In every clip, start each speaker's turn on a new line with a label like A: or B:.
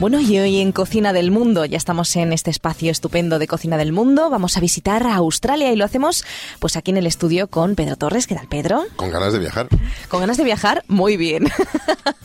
A: Bueno, y hoy en Cocina del Mundo, ya estamos en este espacio estupendo de Cocina del Mundo, vamos a visitar a Australia y lo hacemos pues aquí en el estudio con Pedro Torres. ¿Qué tal, Pedro?
B: Con ganas de viajar.
A: Con ganas de viajar, muy bien.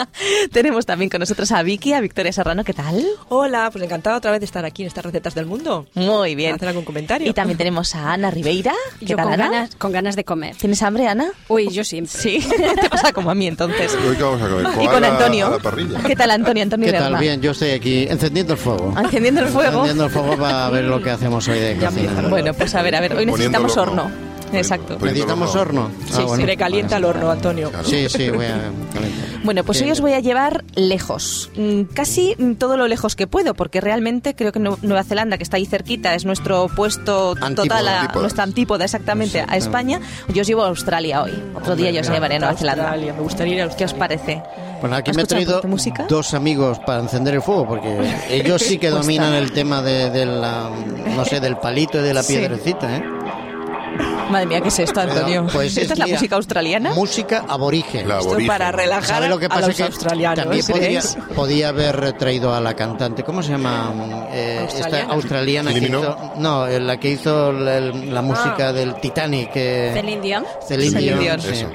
A: Tenemos también con nosotros a Vicky, a Victoria Serrano, ¿qué tal?
C: Hola, pues encantada otra vez de estar aquí en estas recetas del mundo.
A: Muy bien.
C: Hacer algún comentario.
A: Y también tenemos a Ana Ribeira. ¿Qué
D: yo
A: tal,
D: con
A: Ana?
D: ganas, con ganas de comer.
A: ¿Tienes hambre, Ana?
D: Uy, yo siempre. Pues
A: Sí, te pasa como a mí entonces.
B: Hoy que vamos a comer
A: Y con
B: koala a
A: Antonio.
B: la parrilla.
A: ¿Qué tal, Antonio? Antonio
E: ¿Qué tal?
A: Lerma.
E: Bien, yo estoy aquí encendiendo el fuego.
A: Encendiendo el fuego.
E: Encendiendo el fuego para ver lo que hacemos hoy de cocina.
A: Bueno, pues a ver, a ver, hoy
B: Poniéndolo,
A: necesitamos horno.
B: no.
A: Exacto.
B: Poniéndolo,
E: ¿Necesitamos
B: no.
E: horno? Ah,
C: Sí, sí, Precalienta el horno, Antonio.
B: Claro.
E: Sí, sí, voy a calentar. Eh,
A: Bueno, pues hoy
E: Bien.
A: os voy a llevar lejos, Mm, casi mm, todo lo lejos que puedo, porque realmente creo que Nue- Nueva Zelanda, que está ahí cerquita, es nuestro puesto total,
E: Antípoda,
A: a-
B: antípoda.
A: nuestra antípoda exactamente a España. Yo os llevo a Australia hoy, otro día yo os llevaré a Nueva Zelanda.
C: Australia, Me gustaría ir a
A: ¿Qué os
C: Australia.
A: parece?
E: Bueno, aquí
A: ¿Has
E: me he
A: escuchado
E: traído
A: tu música?
E: dos amigos para encender el fuego, porque ellos sí que
A: Pues
E: dominan
A: está.
E: el tema de, de la, no sé, del palito y de la
A: Sí.
E: piedrecita, ¿eh?
A: Madre mía, ¿qué es esto, Antonio?
E: Pues
A: ¿Esta es la
E: mira,
A: música australiana?
E: Música aborigen.
B: La
C: Esto
B: aborigen.
C: para relajar
E: ¿Sabe lo que
C: a
E: pasa?
C: los
E: Que
A: ¿eh?
C: australianos. ¿eh?
E: también podía,
C: ¿creéis?
E: podía haber traído a la cantante, ¿cómo se llama? Eh,
C: Australiana.
E: Esta australiana que
B: Kylie
E: hizo,
B: Minogue.
E: no, eh, la que hizo la, el- la música del Titanic. eh,
D: Celine Dion.
E: Celine
A: Ah. Celine
E: Dion,
A: Dion.
E: sí.
B: Eso.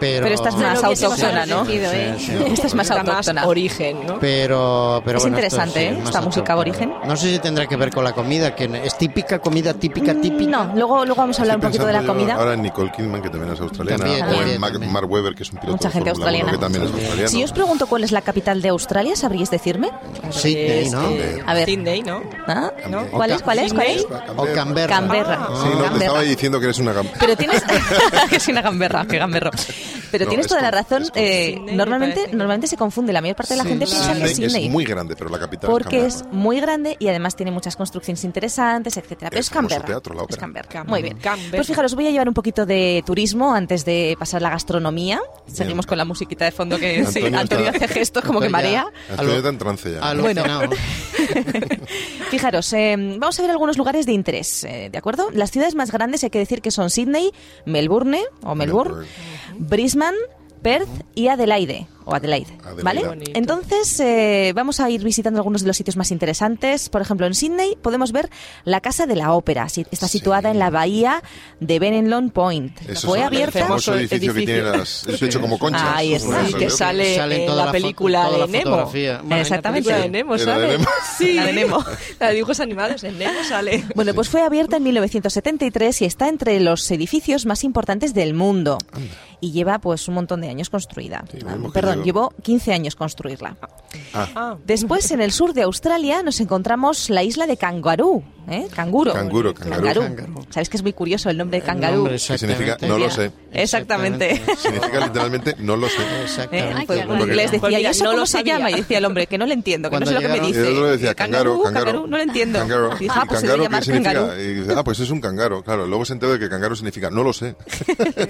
E: Pero,
A: Pero esta es más
D: Pero hubiésemos
A: autóctona, ¿no?
D: agradecido, ¿eh?
E: Sí, sí.
A: Esta es más
C: Está más
A: autóctona.
C: origen, ¿no?
E: Pero, pero
A: Es
E: bueno, esto
A: interesante,
E: sí,
A: ¿eh?
E: más
A: Esta música
E: autóctona.
A: aborigen.
E: No sé si tendrá que ver con la comida, que es típica, comida típica, típica.
A: Mm, No, luego, luego vamos a hablar un
B: Estoy
A: poquito de la
B: pensando yo
A: comida.
B: Ahora en Nicole Kidman, que también es australiana,
E: También,
B: o en
E: también,
B: Mark,
E: también.
B: Mark Webber, que es un piloto
A: Mucha
B: de
A: gente
B: Fórmula Uno,
A: australiana.
B: que también es australiano.
A: Si yo os pregunto cuál es la capital de Australia, ¿sabríais decirme?
E: Sydney, ¿no?
C: Este,
A: A ver.
C: Pues Sydney, ¿no?
A: ¿Ah?
B: ¿No?
A: ¿Cuál es? ¿Cuál es? ¿Cuál es?
E: O Canberra.
A: Canberra.
B: Sí, no, te
A: Canberra.
B: estaba diciendo que eres una gam-
A: Pero tienes. que es una gamberra, que gamberro. Pero
B: No,
A: tienes
B: es
A: toda la
B: con-
A: razón.
B: es con-
A: eh,
C: Sydney, me
A: normalmente,
C: parece que-
A: normalmente se confunde. La mayor parte de la gente piensa que es
B: Sydney
A: Sydney.
B: es muy grande, pero la capital
A: porque
B: es
A: es muy grande y además tiene muchas construcciones interesantes, etcétera. Pero
B: El
A: es
B: famoso
A: Canberra.
B: teatro, la ópera.
A: es Canberra.
C: Canberra.
A: Muy bien.
C: Canberra.
A: Pues fijaros, voy a llevar un poquito de turismo antes de pasar la gastronomía. Seguimos con la musiquita de fondo que sí,
B: Antonio
A: Antonio
B: está-
A: hace gestos como que
E: Estoy ya
A: marea.
B: Canberra. Estoy tan trance ya.
E: Alu-
B: ¿no?
E: Ah, alucinado.
A: Fijaros, eh, vamos a ver algunos lugares de interés, eh, ¿de acuerdo? Las ciudades más grandes hay que decir que son Sydney, Melbourne o Melbourne,
B: Melbourne.
A: Brisbane, Perth y Adelaide. O Adelaide,
B: Adelaida.
A: ¿vale?
C: Bonito.
A: Entonces eh, vamos a ir visitando algunos de los sitios más interesantes. Por ejemplo, en Sydney podemos ver la Casa de la Ópera. si- Está
B: Sí.
A: situada en la bahía de Benenlon Point.
B: Eso
A: Fue
B: es
A: abierta
B: El famoso
C: Hermoso
B: edificio, que
C: edificio.
B: tiene las... Es hecho como conchas.
A: Ahí
B: como
A: está.
B: eso,
C: Sí, que
B: ¿no?
C: sale
E: Sale
C: en
E: toda
C: la,
E: la fo-
C: película
E: toda la
C: de Nemo.
E: fotografía. Bueno,
C: en
A: Exactamente.
C: La película de Nemo
B: ¿En la
C: sale.
B: de Nemo?
C: Sí.
A: La de Nemo.
C: La de dibujos animados en Nemo sale.
A: Bueno, pues fue abierta en 1973 y está entre los edificios más importantes del mundo. Y lleva pues un montón de años construida.
B: Sí,
A: Ah,
B: vemos que
A: Perdón,
B: llegó.
A: llevó 15 años construirla.
B: Ah,
C: Ah,
A: Después, en el sur de Australia, nos encontramos la isla de Kangaroo. ¿eh? Canguro.
B: Canguro, Eh,
A: Kangaroo.
B: canguro.
E: Kangaroo.
A: ¿Sabes que es muy curioso el nombre de
E: El
A: Kangaroo?
E: nombre,
B: ¿Qué significa?
E: exactamente.
B: No lo sé.
A: Exactamente.
B: Significa literalmente, no lo sé.
A: ¿Eh? Pues
E: Exactamente.
D: Ay, qué
A: un inglés
C: Porque
A: decía, ¿y
C: ya
A: eso
C: no
A: cómo
C: lo
A: se
C: sabía".
A: llama? Y decía el hombre, que no lo entiendo, que no
E: Cuando
A: sé lo que me
E: llegaron-
B: Y
A: dice.
B: el otro decía,
A: Kangaroo,
B: cangaro, cangaro.
A: kangaroo, no lo entiendo.
B: Cangaro.
A: Y dije, ah,
B: ¿Y
A: pues se debe
B: cangaro qué
A: llamar
B: significa?
A: kangaroo.
B: Y dice, ah, pues es un cangaro. Claro, luego se enteró de que cangaro significa, no lo sé.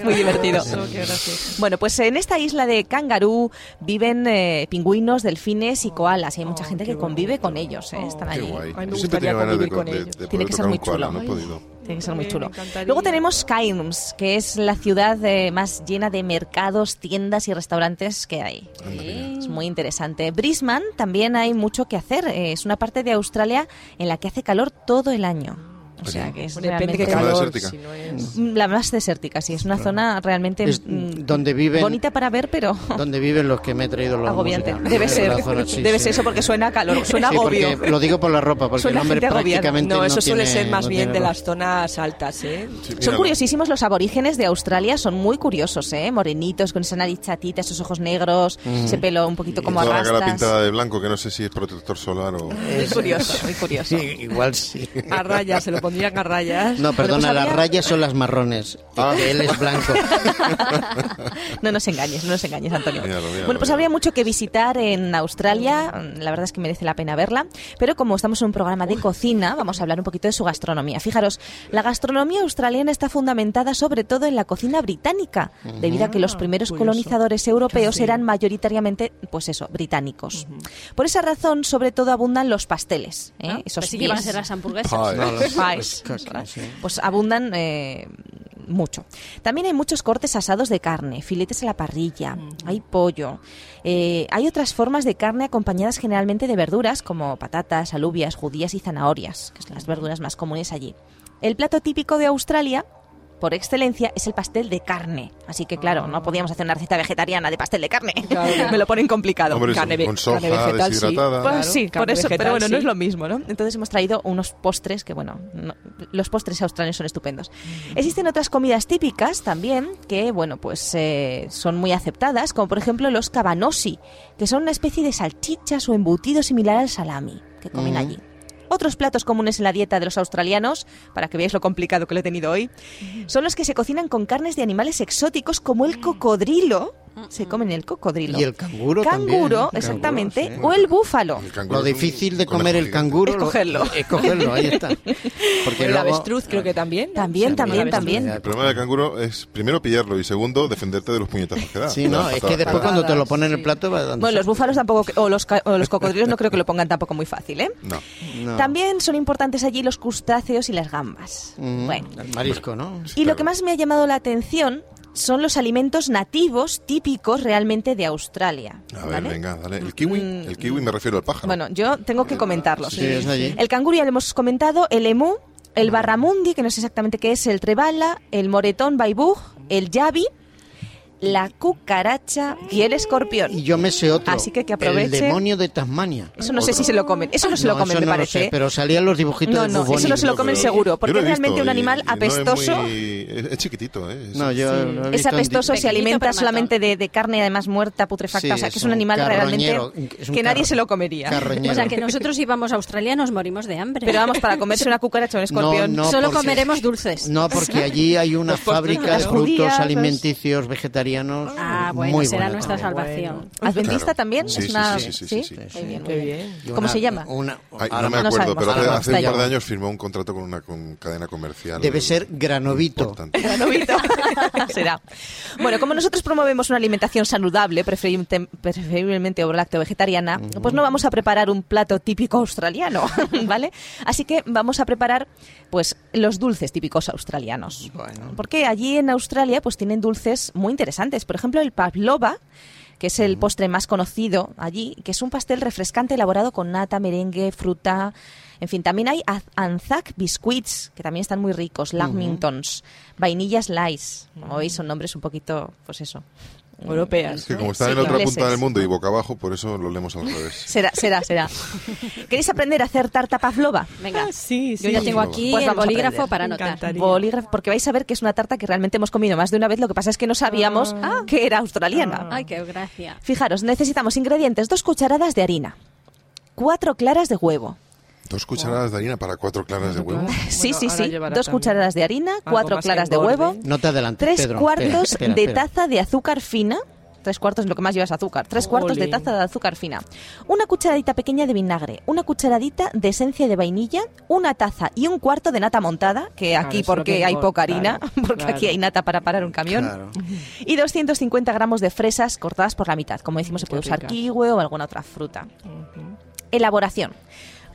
A: Muy divertido.
C: Ah, eso, qué gracioso.
A: Bueno, pues en esta isla de Kangaroo viven eh, pingüinos, delfines y koalas. Y hay mucha
C: Oh,
A: gente
C: qué
A: que convive con ellos. eh, Están
B: Oh, Qué
A: allí.
B: guay.
C: Ay, me
B: Yo siempre
C: gustaría
B: tenía ganas de,
C: convivir con
B: de- de
C: ellos.
B: poder
A: Tiene que ser
B: tocar
A: muy
B: un koala,
A: chulo.
B: no he podido.
A: Tiene que ser muy
C: Me
A: chulo.
C: encantaría.
A: Luego tenemos Cairns, que es la ciudad eh, más llena de mercados, tiendas y restaurantes que hay.
B: Anda, mira.
A: Es muy interesante. Brisbane también hay mucho que hacer. Eh, Es una parte de Australia en la que hace calor todo el año. O
B: Oye,
A: sea que es
C: Depende
A: realmente-
C: qué
B: Zona
C: calor.
B: desértica.
C: Si no es...
A: Mm, la más desértica, sí. Es una zona realmente
E: Es
A: mm,
E: donde viven-
A: bonita para ver, pero
E: Donde viven los que me he traído los
A: agobiante.
E: musicales.
A: Debe ser,
E: La zona, sí,
A: debe
E: sí.
A: ser eso porque suena a calor, suena
E: Sí,
A: agobio.
E: porque lo digo por la ropa, porque
A: Suena
E: el hombre
A: gente agobiada.
E: prácticamente
C: No, eso suele
E: tiene-
C: ser más
E: no
C: bien
E: tiene
C: de
E: ropa.
C: las zonas altas, ¿eh?
B: Sí, mira,
A: Son curiosísimos los aborígenes de Australia, son muy curiosos, ¿eh? Morenitos, con esa nariz chatita, esos ojos negros,
E: Mm.
A: ese pelo un poquito
B: y
A: como Oh,
B: toda la cara
A: arrastas.
B: pintada de blanco, que no sé si es protector solar o...
A: Muy curioso, muy curioso.
E: Sí, igual sí.
C: A rayas, se lo pondrían a rayas.
E: No, perdona,
A: pues
E: las
A: había-
E: rayas son las marrones.
B: Ah.
E: Él es blanco.
A: No nos engañes, no nos engañes, Antonio.
B: Míralo, míralo,
A: bueno, pues
B: míralo.
A: habría mucho que visitar en Australia, la verdad es que merece la pena verla, pero como estamos en un programa de cocina, vamos a hablar un poquito de su gastronomía. Fijaros, la gastronomía australiana está fundamentada sobre todo en la cocina británica, debido a que
D: Ah,
A: los primeros
C: curioso.
A: colonizadores europeos
C: Sí.
A: eran mayoritariamente, pues eso, británicos. Por esa razón, sobre todo abundan los pasteles, ¿eh?
D: ¿no?
A: esos
D: Así Ah, que van a
A: pies.
D: ser las hamburguesas.
B: Pie.
E: No, los-
A: Pies,
E: los cacas, sí.
A: pues abundan eh, mucho. También hay muchos cortes asados de carne, filetes a la parrilla, hay pollo. Eh, hay otras formas de carne acompañadas generalmente de verduras como patatas, alubias, judías y zanahorias, que son las verduras más comunes allí. El plato típico de Australia, por excelencia, es el pastel de carne. Así que claro, no podíamos hacer una receta vegetariana de pastel de carne.
C: Claro, claro.
A: Me lo ponen complicado.
B: Hombre,
C: carne ve-
B: con
C: carne
B: soja
C: vegetal, sí.
B: deshidratada.
A: Pues
C: Claro,
A: sí,
C: carne
A: por eso, pero
C: vegetal,
A: bueno, no
C: sí.
A: es lo mismo, ¿no? Entonces hemos traído unos postres que, bueno, no- los postres australianos son estupendos.
C: Mm.
A: Existen otras comidas típicas también que, bueno, pues eh, son muy aceptadas, como por ejemplo los cabanossi, que son una especie de salchichas o embutido similar al salami que
C: Mm.
A: comen
E: Ujú.
A: allí. Otros platos comunes en la dieta de los australianos, para que veáis lo complicado que lo he tenido hoy,
C: Mm.
A: son los que se cocinan con carnes de animales exóticos como el cocodrilo.
C: Mm,
A: Se comen el cocodrilo.
E: Y el canguro también.
A: Canguro,
E: Canguro,
A: exactamente.
E: sí.
A: O el búfalo.
B: El canguro
E: Lo
B: es un-
E: difícil de
B: conejo
E: comer el
B: gigante.
E: canguro lo-
A: Es cogerlo.
E: es cogerlo, ahí está. Porque
C: El
E: luego-
C: avestruz creo que también. ¿no?
A: También,
C: Sí,
A: también,
C: el avestruz.
A: también.
B: El problema del canguro es, primero, pillarlo y, segundo, defenderte de los puñetazos que da.
E: Sí, no,
B: Las
E: es que
B: patadas
E: después
B: da.
E: cuando te lo ponen en el
C: Sí.
E: plato va dando.
A: Bueno, los búfalos tampoco, que- o los, ca- o los cocodrilos no creo que lo pongan tampoco muy fácil, ¿eh?
B: No.
E: No.
A: También son importantes allí los crustáceos y las gambas.
E: Mm,
A: Bueno.
E: El marisco, ¿no?
A: Y lo
B: claro.
A: que más me ha llamado la atención son los alimentos nativos, típicos realmente de Australia.
B: A ver,
A: ¿vale? Mm,
B: venga, dale. El kiwi, el kiwi me refiero al pájaro.
A: Bueno, yo tengo que comentarlos.
E: Sí, es allí.
A: El canguro ya lo hemos comentado, el emú, el barramundi, que no sé exactamente qué es, el trebala, el moretón baibú, el yabi, la cucaracha y el escorpión.
E: Y yo me sé otro.
A: Así que que aproveche.
E: El demonio de Tasmania.
A: Eso no sé si se lo comen. Eso no se lo comen,
E: eso
A: me
E: no lo
A: parece.
E: sé,
A: ¿eh?
E: pero salían los dibujitos
A: No,
E: de
A: no,
E: Buboni.
A: eso no se lo comen
B: Pero
A: seguro,
B: yo lo
A: porque
B: he visto
A: realmente un
B: y-
A: animal
B: y no es
A: apestoso-
B: muy- es, es chiquitito, ¿eh? Es-
E: No, yo lo he
A: Es
E: visto en-
A: apestoso, se
C: Pequeñito,
A: alimenta
C: pero
A: solamente de, de carne, además muerta, putrefacta.
E: Sí,
A: o sea, que
E: es
A: es un
E: un
A: animal
E: carroñero,
A: realmente
E: es un
A: que nadie
E: carro-
A: se lo comería.
E: carroñero.
D: O sea, que nosotros íbamos a Australia nos morimos de hambre.
A: Pero vamos, para comerse una cucaracha o un escorpión.
E: No,
D: Solo
E: porque-
D: comeremos dulces.
E: No, porque allí hay una
A: Los postres,
E: fábrica de
A: las
E: frutos
A: judías, los-
E: alimenticios vegetarianos.
D: Ah, bueno,
E: muy
D: será
E: buena
D: nuestra
E: también.
D: salvación.
A: ¿Adventista
B: Claro.
A: también?
B: Sí,
A: es
B: sí,
A: una...
B: sí, sí, sí, sí,
A: Muy
B: sí.
A: bien, muy
C: Qué
A: bien.
C: bien.
E: Y
A: ¿Cómo
E: una-
A: se llama?
E: una-
B: Ay,
E: ahora
B: no me
A: no
B: acuerdo,
A: sabemos,
B: pero
A: ahora
B: hace,
A: no
B: hace un
A: está
B: par de
A: yo.
B: años firmó un contrato con una con cadena comercial.
E: Debe ser Granovito.
B: importante.
A: Granovito. Será. Bueno, como nosotros promovemos una alimentación saludable, preferiblemente, preferiblemente obrolacto vegetariana, pues no vamos a preparar un plato típico australiano, ¿vale? Así que vamos a preparar, pues, los dulces típicos australianos.
E: Bueno.
A: Porque allí en Australia, pues, tienen dulces muy interesantes. Por ejemplo, el pavlova que es el postre más conocido allí, que es un pastel refrescante elaborado con nata, merengue, fruta, en fin, también hay az- anzac biscuits, que también están muy ricos, lamingtons, vainillas slice, como veis son nombres un poquito, pues eso.
C: Europeas.
B: Es que como están en
A: Sí,
B: la otra
A: ingleses.
B: punta del mundo y boca abajo, por eso lo leemos al revés.
A: Será, será, será. ¿Queréis aprender a hacer tarta pavlova?
D: Venga,
C: Sí, Ah, sí.
D: yo ya
B: sí.
D: tengo aquí
A: Pues
D: el
A: vamos a
D: bolígrafo
A: aprender.
D: para
C: Me
D: anotar.
C: encantaría.
A: Bolígrafo, porque vais a ver que es una tarta que realmente hemos comido más de una vez, lo que pasa es que no sabíamos
C: Ah.
A: que era australiana.
D: Ay, qué gracia.
A: Fijaros, necesitamos ingredientes, dos cucharadas de harina, cuatro claras de huevo,
B: Dos cucharadas de harina para cuatro claras de huevo.
A: Sí,
C: Bueno,
A: sí,
C: ahora
A: sí.
C: llevará
A: Dos
C: también
A: cucharadas de harina,
C: algo
A: cuatro
C: más
A: claras de
C: engorde.
A: huevo,
E: No te adelantes,
A: tres
E: Pedro,
A: cuartos
E: espera, espera,
A: de
E: espera.
A: taza de azúcar fina. Tres cuartos es lo que más llevas azúcar. Tres cuartos de
C: Ole.
A: taza de azúcar fina. Una cucharadita pequeña de vinagre. Una cucharadita de esencia de vainilla. Una taza y un cuarto de nata montada. Que
C: Claro,
A: aquí,
C: eso es lo
A: porque
C: que
A: hay poca
C: importa,
A: harina,
C: claro,
A: porque aquí
C: claro.
A: hay nata para parar un camión.
E: Claro.
A: Y 250 gramos de fresas cortadas por la mitad. Como decimos, se
C: Qué
A: puede usar
C: ricas.
A: kiwi o alguna otra fruta. Elaboración.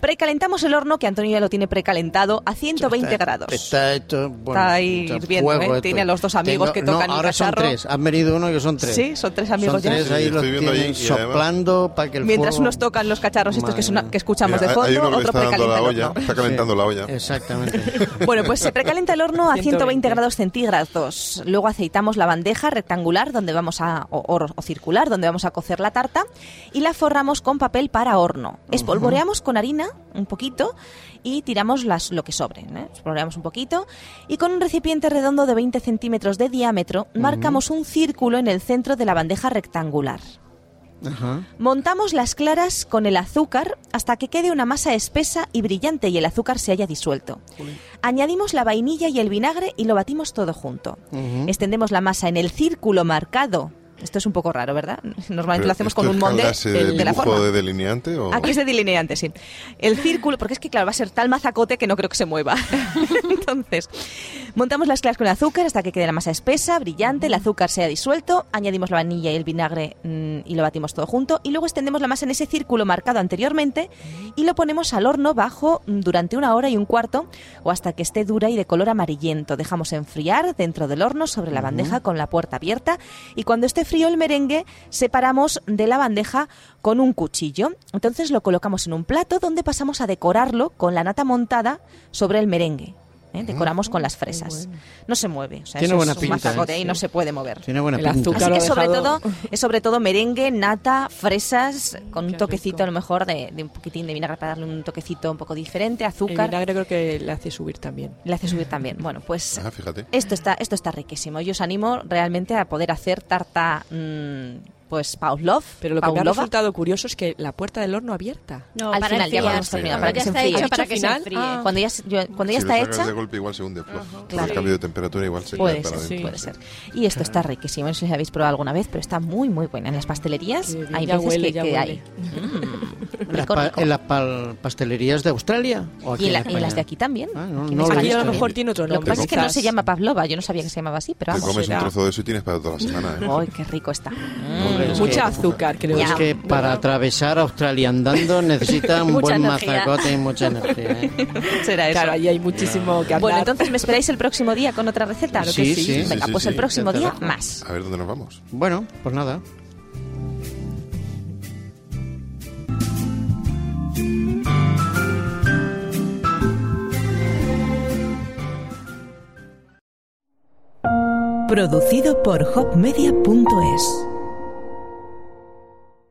A: Precalentamos el horno, que Antonio ya lo tiene precalentado, a 120
E: Está-
A: grados.
E: Está, esto, bueno,
A: Está ahí
E: está
A: hirviendo,
E: fuego
A: ¿eh?
E: esto.
A: Tiene a los dos amigos que tocan
E: no,
A: el
E: ahora
A: cacharro.
E: son tres. Han venido uno y son tres.
A: Sí, son tres amigos
E: Son
A: ya.
E: tres
B: Sí,
E: ahí
B: estoy
E: los
B: viendo
E: tienen
B: ahí y además-
E: soplando para que el
A: Mientras
E: fuego-
A: unos tocan los cacharros estos que,
E: Madre
A: suena-
E: mía.
A: que escuchamos
B: Mira,
A: de
B: hay-
A: fondo,
B: hay uno que le
A: otro
B: está dando
A: precalienta
B: la
A: el
B: olla.
A: horno.
B: Está calentando la olla.
E: Exactamente.
A: Bueno, pues se precalienta el horno a 120
C: 120
A: grados centígrados. Luego aceitamos la bandeja rectangular donde vamos a o, o- o circular donde vamos a cocer la tarta y la forramos con papel para horno. Espolvoreamos con harina un poquito y tiramos las, lo que sobre. ¿eh? Espolvoreamos un poquito y con un recipiente redondo de 20 centímetros de diámetro marcamos un círculo en el centro de la bandeja rectangular.
E: Ajá.
A: Montamos las claras con el azúcar hasta que quede una masa espesa y brillante y el azúcar se haya disuelto. Añadimos la vainilla y el vinagre y lo batimos todo junto.
E: Ujú.
A: Extendemos la masa en el círculo marcado. Esto es un poco raro, ¿verdad? Normalmente
B: Pero
A: lo hacemos con
B: ¿esto
A: un
B: es
A: molde
B: clase de
A: de la
B: dibujo
A: forma.
B: de delineante o...?
A: Aquí es de delineante, sí. El círculo, porque es que claro, va a ser tal mazacote que no creo que se mueva. Entonces, Montamos las claras con azúcar hasta que quede la masa espesa, brillante, el azúcar se ha disuelto, añadimos la vainilla y el vinagre mm, y lo batimos todo junto y luego extendemos la masa en ese círculo marcado anteriormente y lo ponemos al horno bajo mm, durante una hora y un cuarto o hasta que esté dura y de color amarillento. Dejamos enfriar dentro del horno sobre la bandeja con la puerta abierta y cuando esté frío el merengue separamos de la bandeja con un cuchillo. Entonces lo colocamos en un plato donde pasamos a decorarlo con la nata montada sobre el merengue. ¿eh? Decoramos con las fresas. No se mueve. O sea,
E: Tiene
A: eso
E: buena
A: es un
E: pinta,
A: mazacote
E: ¿eh?
A: y no se puede mover.
E: Tiene buena
C: El
E: pinta.
C: azúcar.
A: Así
C: Claro,
A: que sobre
C: dejado-
A: todo, es sobre todo merengue, nata, fresas, con un
C: Qué
A: toquecito
C: rico.
A: a lo mejor de, de un poquitín de vinagre para darle un toquecito un poco diferente,
C: El
A: azúcar.
C: vinagre creo que le hace subir también.
A: Le hace subir también. Bueno, pues
B: Ah, fíjate.
A: esto está, esto está riquísimo. Yo os animo realmente a poder hacer tarta, mm, pues Pavlov,
C: Pero lo que me ha
A: Pavlova.
C: resultado curioso es que la puerta del horno abierta.
D: No,
A: Al
D: para
A: final ya
D: enfriar.
A: cuando está
B: terminado,
D: Cuando
B: para
D: ya
B: que se
D: está
A: enfríe.
D: hecho para
C: ¿Dicho
D: que
C: final?
D: se enfríe.
C: Ah.
A: eh, Cuando ya, se- yo- cuando ya
B: si
A: está
B: lo sacas
A: hecha,
B: de golpe igual se hunde. flojo. Por
A: Claro.
B: el cambio de temperatura igual se
A: puede
B: cae para
A: ser,
B: adentro.
A: puede ser. Y esto
C: Ah.
A: está riquísimo. No sé si habéis probado alguna vez, pero está muy, muy buena. En las pastelerías
C: Qué bien,
A: hay
C: ya
A: veces
C: huele,
A: que,
C: ya
A: que
C: huele.
A: hay. Mm,
E: ¿En las,
A: rico,
E: pa-
A: rico.
E: en las pal- pastelerías de Australia? ¿O
A: Y,
E: aquí en
A: en la- y
E: España?
A: las de aquí también.
E: Ah,
A: En
E: no, no lo he
A: España
C: Aquí a lo
E: visto.
C: mejor tiene otro
A: Lo que
C: nombre.
A: pasa es que no se
C: quizás.
A: llama Pavlova. Yo no sabía que se llamaba así, pero
B: Te
A: vamos.
B: comes un
C: será.
B: trozo de eso y tienes para toda la semana. ¿eh?
A: ¡Ay, qué rico está! Mm.
E: Hombre, es que-
C: Mucha azúcar, creo.
E: Es
A: Ya.
E: que para atravesar Australia andando necesita un
D: Mucha
E: buen
D: energía.
E: mazacote y mucha energía. ¿eh?
A: Será eso.
C: Claro, ahí hay muchísimo que hablar.
A: Bueno, entonces me esperáis el próximo día con otra receta.
E: Claro que Sí, sí. sí.
A: Venga,
B: Sí, sí,
A: pues el
B: sí.
A: próximo
E: Ya te
A: día
E: dejo.
A: más.
B: A ver dónde nos vamos.
E: Bueno, pues nada.
F: Producido por hopmedia.es